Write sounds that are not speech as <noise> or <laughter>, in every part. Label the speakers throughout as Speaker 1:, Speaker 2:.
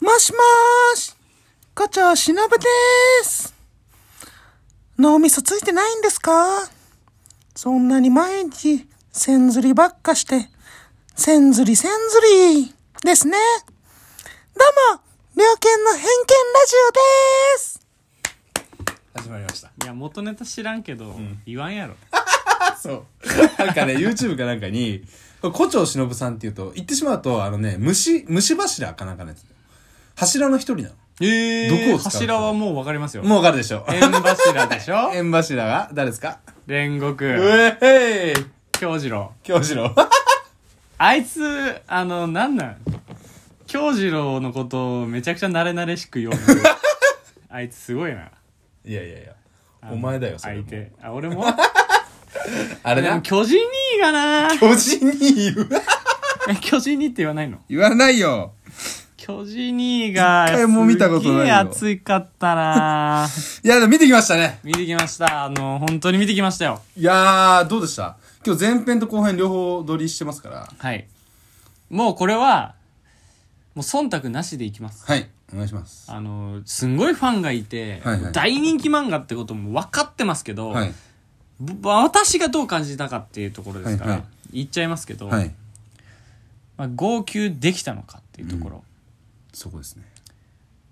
Speaker 1: もしもーし、課長しのぶでーす。脳みそついてないんですかそんなに毎日、せんずりばっかして、せんずりせんずりですね。どうも、猟犬の偏見ラジオでーす。
Speaker 2: 始まりました
Speaker 3: いや元ネタ知らんけど、言わんやろ
Speaker 2: あそうなんかね YouTube かなんかにこれ胡蝶忍さんっていうと言ってしまうとあのね虫虫柱かなんかのやつ柱の一人な
Speaker 3: え
Speaker 2: どこを使う
Speaker 3: 柱はもう分かりますよ
Speaker 2: のもうわかるでしょ <laughs>
Speaker 3: 縁柱でしょ
Speaker 2: 円柱が誰ですか
Speaker 3: 煉
Speaker 2: う
Speaker 3: 獄
Speaker 2: えーい
Speaker 3: 京次郎
Speaker 2: 京次 <laughs> 郎
Speaker 3: あいつあのなんなん京次郎のことをめちゃくちゃ慣れ慣れしく呼ぶ
Speaker 2: <laughs>
Speaker 3: あいつすごいない
Speaker 2: やいやいや
Speaker 3: あの
Speaker 2: お前だよそれ
Speaker 3: 相
Speaker 2: も
Speaker 3: 手あ俺も
Speaker 2: あれ
Speaker 3: でも
Speaker 2: な
Speaker 3: 巨人兄がな <laughs>
Speaker 2: 巨人に言う
Speaker 3: え巨人兄って言わないの
Speaker 2: 言わないよ
Speaker 3: 巨人兄が
Speaker 2: 一回も見たことないよ
Speaker 3: すっげえ熱かったない
Speaker 2: やでも見てきましたね
Speaker 3: 見てきましたあの本当に見てきましたよ
Speaker 2: いやーどうでした今日前編と後編両方撮りしてますから
Speaker 3: はい。もうこれは、もう忖度なしでいきます。
Speaker 2: はいお願いします
Speaker 3: あの、すんごいファンがいて、
Speaker 2: はいはい
Speaker 3: 大人気漫画ってことも分かってますけど、
Speaker 2: はい
Speaker 3: ぼ私がどう感じたかっていうところですから、
Speaker 2: はいは
Speaker 3: 言っちゃいますけど、
Speaker 2: はい
Speaker 3: まあ、号泣できたのかっていうところ、
Speaker 2: そこですね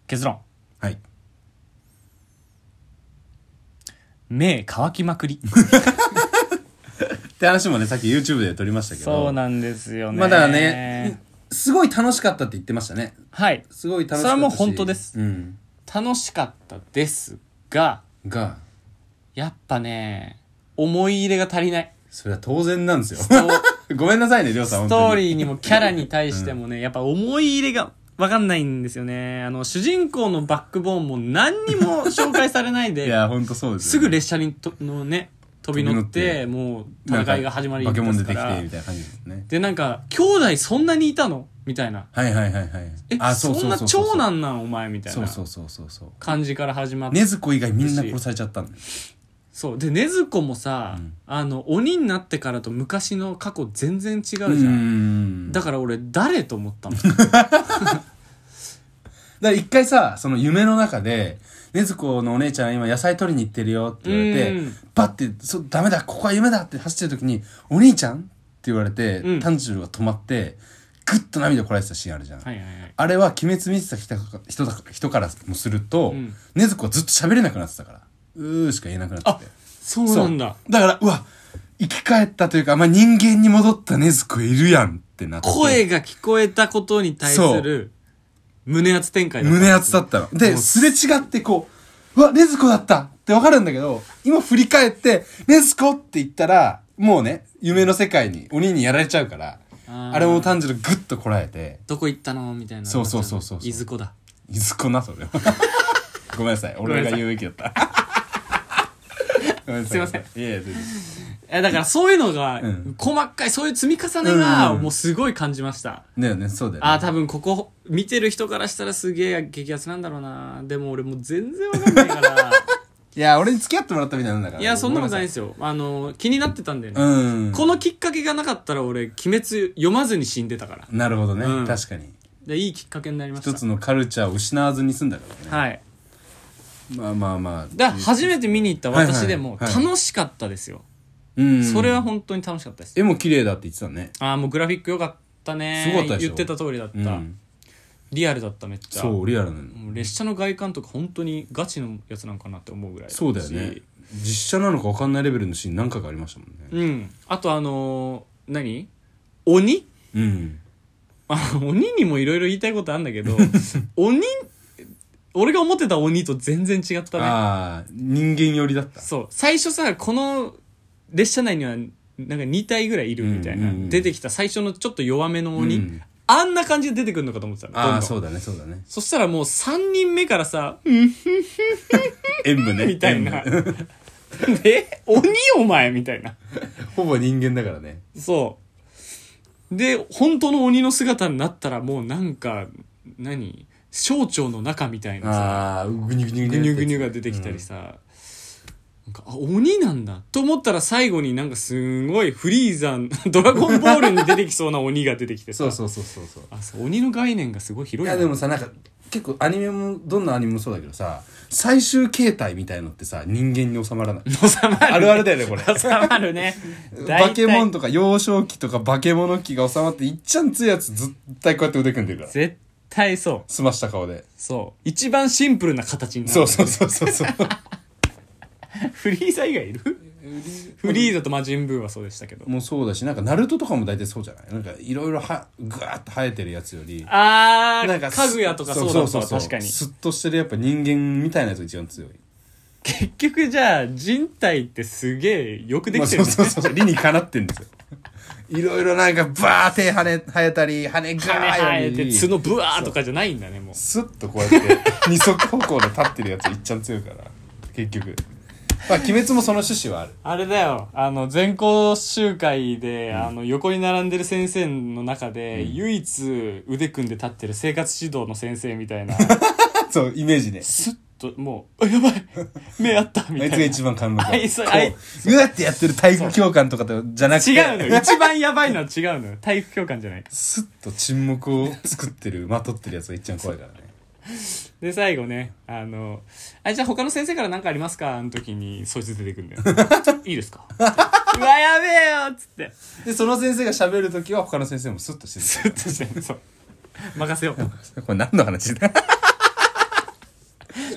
Speaker 3: 結論、
Speaker 2: はい
Speaker 3: 目乾きまく
Speaker 2: <laughs>
Speaker 3: り。
Speaker 2: って話もねさっき YouTube で撮りましたけど
Speaker 3: そうなんですよね。
Speaker 2: まあだからね、すごい楽しかったって言ってましたね。
Speaker 3: はい。
Speaker 2: すごい楽しかったし。
Speaker 3: それはもう本当です
Speaker 2: うん。
Speaker 3: 楽しかったですが、
Speaker 2: が、
Speaker 3: やっぱね、思い入れが足り
Speaker 2: <laughs>
Speaker 3: ない。
Speaker 2: それは当然なんですよ。
Speaker 3: そ
Speaker 2: <laughs>
Speaker 3: う
Speaker 2: ごめんなさいね、りょうさん。
Speaker 3: ストーリー
Speaker 2: ー。
Speaker 3: にもキャラに対してもね、やっぱ思い入れが分かんないんですよね。あの、主人公のバックボーンも何にも紹介されな
Speaker 2: <laughs>
Speaker 3: い
Speaker 2: い
Speaker 3: で、
Speaker 2: や、本当そうです
Speaker 3: す
Speaker 2: よ
Speaker 3: ぐ
Speaker 2: ね、
Speaker 3: 列車にとのね、飛び乗っ
Speaker 2: 飛び乗って
Speaker 3: て、もう戦いが始まり
Speaker 2: な
Speaker 3: ま
Speaker 2: ん
Speaker 3: す
Speaker 2: か
Speaker 3: か
Speaker 2: 化
Speaker 3: ら
Speaker 2: け物出てきて、みたいな感じですね。
Speaker 3: で、なんか、兄弟そんなにいたのみたいな。
Speaker 2: はいはいはいはい。
Speaker 3: え、そんな長男なんお前みたい
Speaker 2: そう
Speaker 3: な
Speaker 2: そうそうそうそう。
Speaker 3: 感じから始まって。
Speaker 2: ねずこ以外みんな殺されちゃったんだよ。
Speaker 3: そう。で、ねずこもさ、あの、鬼になってからと昔の過去全然違うじゃ
Speaker 2: うー
Speaker 3: ん。
Speaker 2: ん。だ
Speaker 3: だから俺、誰と思ったの
Speaker 2: から一回さ、その夢の中で、ねずこのお姉ちゃん今野菜取りに行ってるよって言われて
Speaker 3: うん、
Speaker 2: バッて、そダメだ、ここは夢だって走ってる時に、お兄ちゃんって言われて、
Speaker 3: うん
Speaker 2: 炭治郎が止まって、ぐっと涙こらえてたシーンあるじゃん。
Speaker 3: はいはいはい。
Speaker 2: あれは鬼滅見てた人か人だか人からもすると、
Speaker 3: ん
Speaker 2: 禰豆子はずっと喋れなくなってたから、うーしか言えなくなっ
Speaker 3: あ
Speaker 2: てて。、
Speaker 3: そうなんだ。
Speaker 2: そうだから、うわ、生き返ったというか、まあ、人間に戻った禰豆子いるやんってなって。
Speaker 3: 声が聞こえたことに対する胸圧展開だった
Speaker 2: 胸熱だったの。で、
Speaker 3: もう
Speaker 2: すれ違ってこう、うわ、禰豆子だったってわかるんだけど、今振り返って、禰豆子って言ったら、もうね、夢の世界に鬼にやられちゃうから、
Speaker 3: あ
Speaker 2: あ
Speaker 3: ー
Speaker 2: れを炭治郎ぐっとこらえて、
Speaker 3: どこ行ったのみたいな
Speaker 2: そうそうそうそうそう
Speaker 3: いずこだ
Speaker 2: いずこな、それは。 <laughs> ごめんなさい。俺が言うべきだった。ごめんなさい。
Speaker 3: すいま
Speaker 2: せん。いやいや、全然。
Speaker 3: えだからそういうのが、
Speaker 2: うん
Speaker 3: 細かいそういう積み重ね
Speaker 2: うん
Speaker 3: が
Speaker 2: うんうん
Speaker 3: もうすごい感じました、
Speaker 2: だよね、そうだよね。
Speaker 3: あー多分ここ見てる人からしたらすげえ激アツなんだろうなでも俺もう全然わかんないから
Speaker 2: <laughs> いや、俺に付き合ってもらったみたいなんだから。。
Speaker 3: いやそんなことないですすよあの気になってたんだよね、
Speaker 2: うん。
Speaker 3: このきっかけがなかったら俺「鬼滅」読まずに死んでたから
Speaker 2: なるほどね
Speaker 3: うん。
Speaker 2: 確かに。
Speaker 3: でいいきっかけになりました
Speaker 2: 一つのカルチャーを失わずに済んだからね。
Speaker 3: はい
Speaker 2: まあまあまあ。
Speaker 3: だから初めて見に行った私でも
Speaker 2: はいはいはい
Speaker 3: 楽しかったですよ、
Speaker 2: うん。
Speaker 3: それは本当に楽しかったです、
Speaker 2: 絵も綺麗だって言ってたね。
Speaker 3: ああもうグラフィック良かったね
Speaker 2: すごかったでしょ
Speaker 3: 言ってた通りだった、
Speaker 2: うん。
Speaker 3: リアルだっためっちゃ
Speaker 2: そう、リアルなの。
Speaker 3: もう列車の外観とか本当にガチのやつなんかなって思うぐらい
Speaker 2: そうだよね。実写なのか分かんないレベルのシーン何回かありましたもんね。
Speaker 3: うんあとあのー何鬼 <laughs>
Speaker 2: うん。
Speaker 3: あ鬼にもいろいろ言いたいことあるんだけ
Speaker 2: <laughs>
Speaker 3: ど鬼俺が思ってた鬼と全然違ったね
Speaker 2: ああ、人間寄りだった。
Speaker 3: そう最初さこの列車内にはなんか2体ぐらいいるみたいな、
Speaker 2: うんうんうん
Speaker 3: 出てきた最初のちょっと弱めの鬼、
Speaker 2: うん
Speaker 3: あんな感じで出てくるのかと思ってたのどん
Speaker 2: あ
Speaker 3: ど
Speaker 2: あ、
Speaker 3: ん
Speaker 2: そうだね、そうだね。
Speaker 3: そしたらもう3人目からさ「うん
Speaker 2: 演武ね。
Speaker 3: <laughs> みたいな
Speaker 2: 演武
Speaker 3: <laughs> 「え鬼お前」みたいな
Speaker 2: ほぼ人間だからね。
Speaker 3: そうで本当の鬼の姿になったらもうなんか何小腸の中みたいな
Speaker 2: あ
Speaker 3: さ
Speaker 2: あ、ぐにゅぐにゅ
Speaker 3: グニュグニュが出てきたり
Speaker 2: さ。
Speaker 3: さ、なんかあ鬼なんだと思ったら最後になんかすごいフリー <laughs> ザンドラゴンボールに出てきそうな鬼が出てきて
Speaker 2: うん
Speaker 3: さ
Speaker 2: そうそうそうそうそう。
Speaker 3: あそう鬼の概念がすごい
Speaker 2: い
Speaker 3: 広いな
Speaker 2: やでもさなんか結構アニメもどんなアニメもそうだけどさ最終形態みたいのってさ人間に収まらない
Speaker 3: 収まる、ね、
Speaker 2: あるあるだよねこれ
Speaker 3: <laughs> 収まるね
Speaker 2: <laughs> バケモン
Speaker 3: と
Speaker 2: とか幼少期とかバケモノ期が収まっていっちゃん強いやつ絶対こうやって腕組んでるから
Speaker 3: 絶対そう
Speaker 2: すました顔で
Speaker 3: そう一番シンプルな形になる
Speaker 2: そうそうそうそうそう
Speaker 3: フリーザ以外いるフリーザと魔人ブーはそうでしたけど
Speaker 2: <laughs> もうそうだしなんかナルトとかも大体そうじゃないなんかいろいろはぐわーっと生えてるやつより
Speaker 3: あ
Speaker 2: なん
Speaker 3: ー
Speaker 2: す
Speaker 3: かぐやとかそうだったわ確かに
Speaker 2: スッとしてるやっぱ人間みたいなやつが一番強い
Speaker 3: 結局じゃあ人体ってすげえよくで
Speaker 2: まあ
Speaker 3: き
Speaker 2: そ
Speaker 3: てる
Speaker 2: う
Speaker 3: ね
Speaker 2: そうそうそう理にかなってんですよいろいろなんかバー手跳ね生えたり羽が
Speaker 3: 羽生えて角
Speaker 2: の
Speaker 3: ブワーとかじゃないんだねもう
Speaker 2: スッとこうやって二足歩行で立ってるやつが一番強いから結局まあ鬼滅もその趣旨はある
Speaker 3: あれだよあの全校集会で、あの横に並んでる先生の中で、唯一腕組んで立ってる生活指導の先生みたい <laughs> な
Speaker 2: <laughs> そうイメージね
Speaker 3: スッともう「あやばい目あった」み
Speaker 2: あいつ
Speaker 3: たいな
Speaker 2: が一番貫禄ある
Speaker 3: あいつ
Speaker 2: こ
Speaker 3: あいう
Speaker 2: うわってやってる体育教官とかとじゃなくて
Speaker 3: 違うのよ <laughs> 一番やばいのは違うのよ体育教官じゃない
Speaker 2: スッと沈黙を作ってるまとってるやつが一番怖いからね
Speaker 3: で最後ねあのあじゃあ他の先生から何かありますかの時にそいつ出てくるんだよ <laughs> いいです <laughs> かうわやべえよっつ <laughs> って
Speaker 2: でその先生が喋るときは他の先生もスッとして
Speaker 3: ずっとしてそう任せよう
Speaker 2: るこれ何の話だ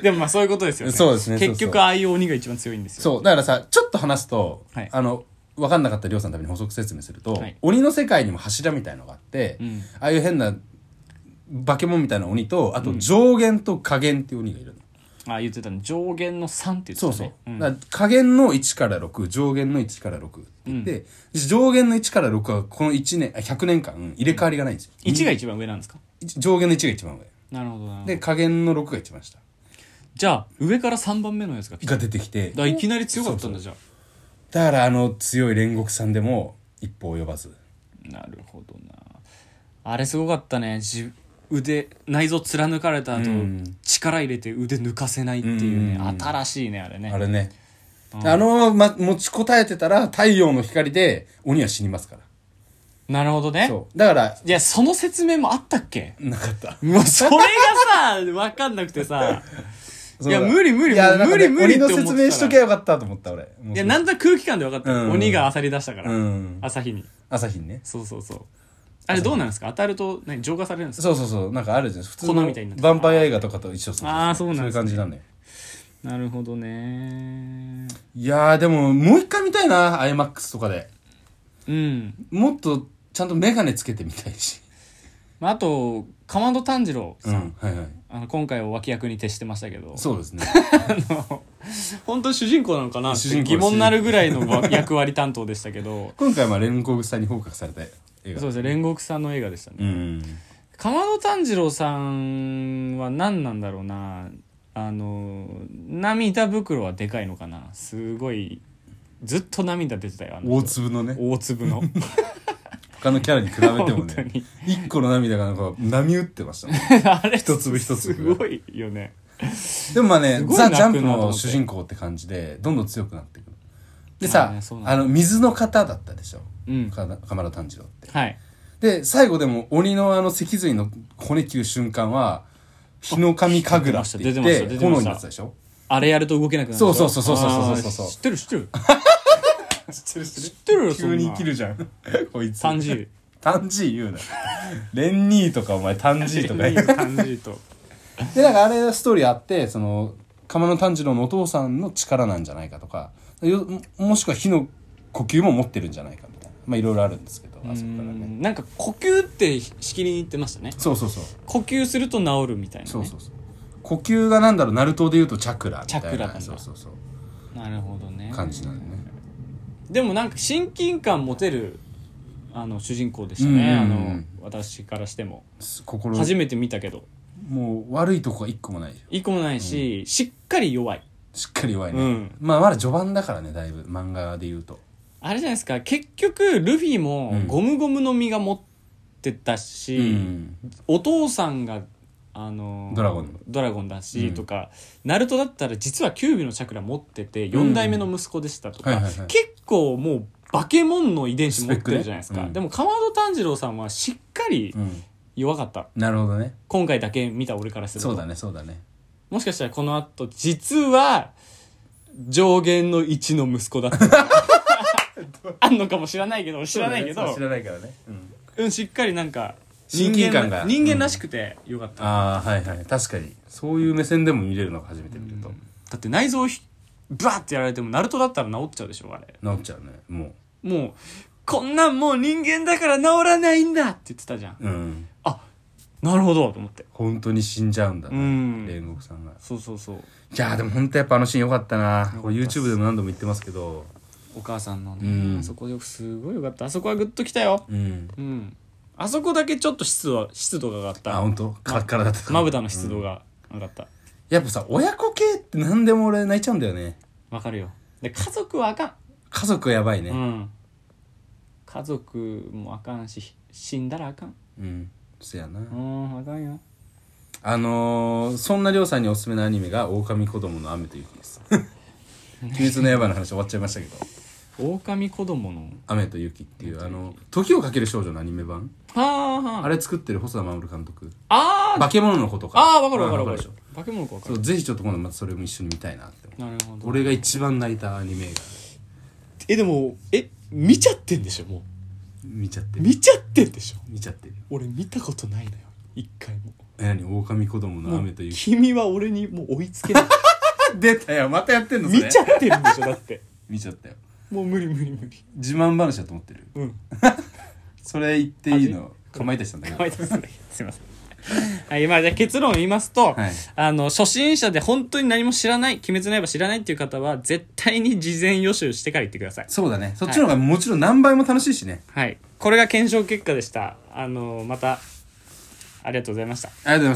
Speaker 3: でもまあそういうことですよね
Speaker 2: そうですね
Speaker 3: 結
Speaker 2: そう
Speaker 3: 局
Speaker 2: そう
Speaker 3: ああいう鬼が一番強いんです
Speaker 2: <laughs>
Speaker 3: よ
Speaker 2: そうだからさちょっと話すと、
Speaker 3: はい
Speaker 2: あの分かんなかったりょうさんのために補足説明すると、
Speaker 3: はい
Speaker 2: 鬼の世界にも柱みたいのがあって、
Speaker 3: ん
Speaker 2: ああいう変な化け物みたいな鬼とあと上限と下限っていう鬼がいるの、
Speaker 3: あ言ってたの上限の3って言ってた
Speaker 2: そ
Speaker 3: ね
Speaker 2: うそう、
Speaker 3: ん
Speaker 2: だから下限の1から6上限の1から6って言って、上限の1から6はこの1年あ100年間入れ替わりがないんですよ、
Speaker 3: 1が一番上なんですか
Speaker 2: 一上限の1が一番上
Speaker 3: なるほどなるほど
Speaker 2: で下限の6が一番下
Speaker 3: じゃあ上から3番目のやつが来た
Speaker 2: が出てきて
Speaker 3: だからいきなり強かったんだじゃ
Speaker 2: だからあの強い煉獄さんでも一歩及ばず
Speaker 3: あなるほどなあれすごかったねじ腕内臓貫かれた後、
Speaker 2: うん
Speaker 3: 力入れて腕抜かせないっていうね、
Speaker 2: うん
Speaker 3: 新しいねあれね
Speaker 2: あれねあのまま持ちこたえてたら太陽の光で鬼は死にますか
Speaker 3: なるほど
Speaker 2: ら
Speaker 3: ね
Speaker 2: そうだから
Speaker 3: いやその説明もあったっけ
Speaker 2: なかった
Speaker 3: もうそれがさ分かんなくてさいや
Speaker 2: そうだ
Speaker 3: 無理無理
Speaker 2: いやなんかね
Speaker 3: 無理無理って
Speaker 2: 鬼の
Speaker 3: 思ってた
Speaker 2: 説明しとけばよかったと思った俺 <laughs> もう
Speaker 3: いやなんだ空気感で分かった、
Speaker 2: うん
Speaker 3: 鬼が漁り出したから、
Speaker 2: うん
Speaker 3: 朝日に
Speaker 2: 朝日にね
Speaker 3: そうそうそうあれどうなんですか当たると何浄化されるんですか
Speaker 2: そうそうそうなんかあるじゃん普通
Speaker 3: 粉
Speaker 2: の
Speaker 3: みたいになってる
Speaker 2: ヴァンパイア映画とかと一緒そう
Speaker 3: あーそうなん
Speaker 2: そうい
Speaker 3: で
Speaker 2: う
Speaker 3: すね
Speaker 2: 感じなんだよ
Speaker 3: なるほどね
Speaker 2: いやーでももう一回見たいな IMAX とかで
Speaker 3: うん、
Speaker 2: もっとちゃんと眼鏡つけてみたいし
Speaker 3: まあ、あとかまど炭治郎
Speaker 2: う
Speaker 3: さん、
Speaker 2: んはいはい
Speaker 3: あの今回は脇役に徹してましたけど
Speaker 2: そうですね
Speaker 3: 本当に主人公なのかなっ
Speaker 2: 主
Speaker 3: て
Speaker 2: 人公
Speaker 3: 疑問になるぐらいの役割担当でした
Speaker 2: <laughs>
Speaker 3: けど
Speaker 2: 今回は煉獄さんにフォーカスされた映画
Speaker 3: そうですね煉獄さんの映画でしたね、
Speaker 2: うん
Speaker 3: かまど炭治郎さんは何なんだろうなあの涙袋はでかいのかなすごいずっと涙出てたよあの
Speaker 2: 大
Speaker 3: 人
Speaker 2: 粒のね
Speaker 3: 大
Speaker 2: <laughs>
Speaker 3: 粒の
Speaker 2: 他のキャラに比べても
Speaker 3: 本当
Speaker 2: ね <laughs>
Speaker 3: に
Speaker 2: 一個の涙がなんか波打ってましたも
Speaker 3: <laughs>
Speaker 2: ん
Speaker 3: あれ
Speaker 2: 一粒一粒
Speaker 3: すごいよね
Speaker 2: でもまあね
Speaker 3: す
Speaker 2: 「
Speaker 3: ごい
Speaker 2: ザ・
Speaker 3: 泣く
Speaker 2: ジ
Speaker 3: な
Speaker 2: ャンプ
Speaker 3: と思
Speaker 2: の
Speaker 3: って
Speaker 2: 主人公って感じでどんどん強くなっていくでさ
Speaker 3: あーねそうなんだ
Speaker 2: あの水の型だったでしょ
Speaker 3: うん
Speaker 2: か鎌田炭治郎って
Speaker 3: はい
Speaker 2: で最後でも鬼のあの脊髄の骨切る瞬間は日の神神楽って言
Speaker 3: 出てました
Speaker 2: っ
Speaker 3: 出て
Speaker 2: て
Speaker 3: ま
Speaker 2: 炎
Speaker 3: した
Speaker 2: になってたでしょ
Speaker 3: あれやると動けなくなる
Speaker 2: そうそうそうそうそうそうそう
Speaker 3: あー知ってる知ってる
Speaker 2: <laughs> 知ってる
Speaker 3: 知ってるよそん
Speaker 2: 急
Speaker 3: な
Speaker 2: に切るじゃん <laughs> こいつ <laughs>
Speaker 3: 三十
Speaker 2: タンジー言うな。レンニーとかお前タンジーとか言う。
Speaker 3: 三十と
Speaker 2: で、なんかあれストーリーあって、その、釜野炭治郎のお父さんの力なんじゃないかとか、よもしくは火の呼吸も持ってるんじゃないかみたいな。まあいろいろあるんですけど、あそこからね。
Speaker 3: うんなんか呼吸ってしきりに言ってましたね
Speaker 2: そうそうそう。
Speaker 3: 呼吸すると治るみたいな、ね、
Speaker 2: そうそうそう。呼吸がなんだろう、ナルトで言うとチャクラみたいな。
Speaker 3: チャクラなんだ
Speaker 2: そうそうそう。
Speaker 3: なるほどね
Speaker 2: 感じなんだね。
Speaker 3: でもなんか親近感持てるあの主人公でした
Speaker 2: う
Speaker 3: ね、
Speaker 2: んうんうん
Speaker 3: あの私からしても
Speaker 2: 心、
Speaker 3: 初めて見たけど
Speaker 2: もう悪いとこが一個もないよ。
Speaker 3: いい子もないし、しっかり弱い
Speaker 2: しっかり弱いね。
Speaker 3: うん
Speaker 2: まあまだ序盤だからね、だいぶ。漫画で言うと。
Speaker 3: あれじゃないですか結局ルフィも
Speaker 2: うん
Speaker 3: ゴムゴムの実が持ってたし、
Speaker 2: うん。
Speaker 3: お父さんがあの
Speaker 2: ドラゴン
Speaker 3: ドラゴンだし、
Speaker 2: うん
Speaker 3: とかナルトだったら実はキュービのチャクラ持ってて4代目の息子でしたとか、
Speaker 2: はいはいはい
Speaker 3: 結構もうバケモンの遺伝子持ってるじゃないです
Speaker 2: スペック
Speaker 3: か、
Speaker 2: ねうん
Speaker 3: でもかまど炭治郎さんはしっかり
Speaker 2: うん。
Speaker 3: 弱かった
Speaker 2: なるほどね
Speaker 3: 今回だけ見た俺からすると
Speaker 2: そうだねそうだね
Speaker 3: もしかしたらこの後実は上限の1の息子だ
Speaker 2: <laughs>
Speaker 3: ったあんのかもしれないけど知らないけど
Speaker 2: そう知らないからね、うん、
Speaker 3: うん、しっかりなんか
Speaker 2: 親近感が
Speaker 3: 人間人間らしくてよかった、
Speaker 2: ああはいはい確かにそういう目線でも見れるのが初めて見ると、
Speaker 3: だって内臓をひバーってやられてもナルトだったら治っちゃうでしょあれ
Speaker 2: 治っちゃうねも
Speaker 3: もうこんなんもう人間だから治らないんだって言ってたじゃん、
Speaker 2: ううん
Speaker 3: あなるほどと思って
Speaker 2: 本当に死んじゃうんだ
Speaker 3: う
Speaker 2: ね、煉
Speaker 3: ん
Speaker 2: 獄さんが
Speaker 3: そうそうそう
Speaker 2: いやーでも本当やっぱあのシーン良かったな
Speaker 3: たっす
Speaker 2: これ YouTube でも何度も言ってますけど
Speaker 3: お母さんのね、
Speaker 2: うん
Speaker 3: あそこよすごいよかったあそこはグッときたよ
Speaker 2: うん
Speaker 3: うんあそこだけちょっと湿度は湿度が上がっ
Speaker 2: あ
Speaker 3: た
Speaker 2: 本当カラッカラだったから
Speaker 3: まぶたの湿度が上がったわ、
Speaker 2: やっぱさ親子系って何でも俺泣いちゃうんだよね
Speaker 3: かるよで家族はあかん
Speaker 2: 家族はやばいね
Speaker 3: うん家族もあかんし死んだらあかん
Speaker 2: うん、そやな、
Speaker 3: うんあかんよ
Speaker 2: あのー、そんなりょうさんにおすすめのアニメが「狼子供の雨と雪」です <laughs> 鬼滅の刃の話終わっちゃいましたけど
Speaker 3: 狼子供の
Speaker 2: 「雨と雪」っていうあの「時をかける少女」のアニメ版
Speaker 3: はあは
Speaker 2: あれ作ってる細田守監督
Speaker 3: あー
Speaker 2: 化け物の子とか
Speaker 3: あーわかるわかる
Speaker 2: うん
Speaker 3: わか
Speaker 2: でし
Speaker 3: る
Speaker 2: ょ
Speaker 3: 化け物かわか
Speaker 2: そ
Speaker 3: る
Speaker 2: うぜひちょっと今度またそれも一緒に見たいなって思う
Speaker 3: なるほど
Speaker 2: 俺が一番泣いたアニメ映画
Speaker 3: えでもえ見ちゃってんでしょも
Speaker 2: 見ちゃって
Speaker 3: う
Speaker 2: る
Speaker 3: 見ちゃってんでしょ
Speaker 2: 見ちゃってる
Speaker 3: 俺見たことないのよ一回も
Speaker 2: え何狼子供の
Speaker 3: も
Speaker 2: 雨
Speaker 3: う
Speaker 2: と <laughs> 雪
Speaker 3: 君は俺にもう追いつけ <laughs> ない
Speaker 2: 出たよまたやってんのそれ
Speaker 3: 見ちゃってるんでしょだ <laughs> って
Speaker 2: 見ちゃったよ
Speaker 3: もう無理無理無理
Speaker 2: 自慢話だと思ってる
Speaker 3: うん
Speaker 2: <laughs> それ言っていいのかまいたちなんだけど
Speaker 3: 可愛いですねすいませんはい、まあじゃあ結論を言いますと、
Speaker 2: はい
Speaker 3: あの、初心者で本当に何も知らない、鬼滅の刃知らないっていう方は、絶対に事前予習してから行ってください。
Speaker 2: そうだねそっちの方がもちろん何倍も楽しいしね
Speaker 3: はい。これが検証結果でした。あの、また、ありがとうございました。
Speaker 2: ありがとうございます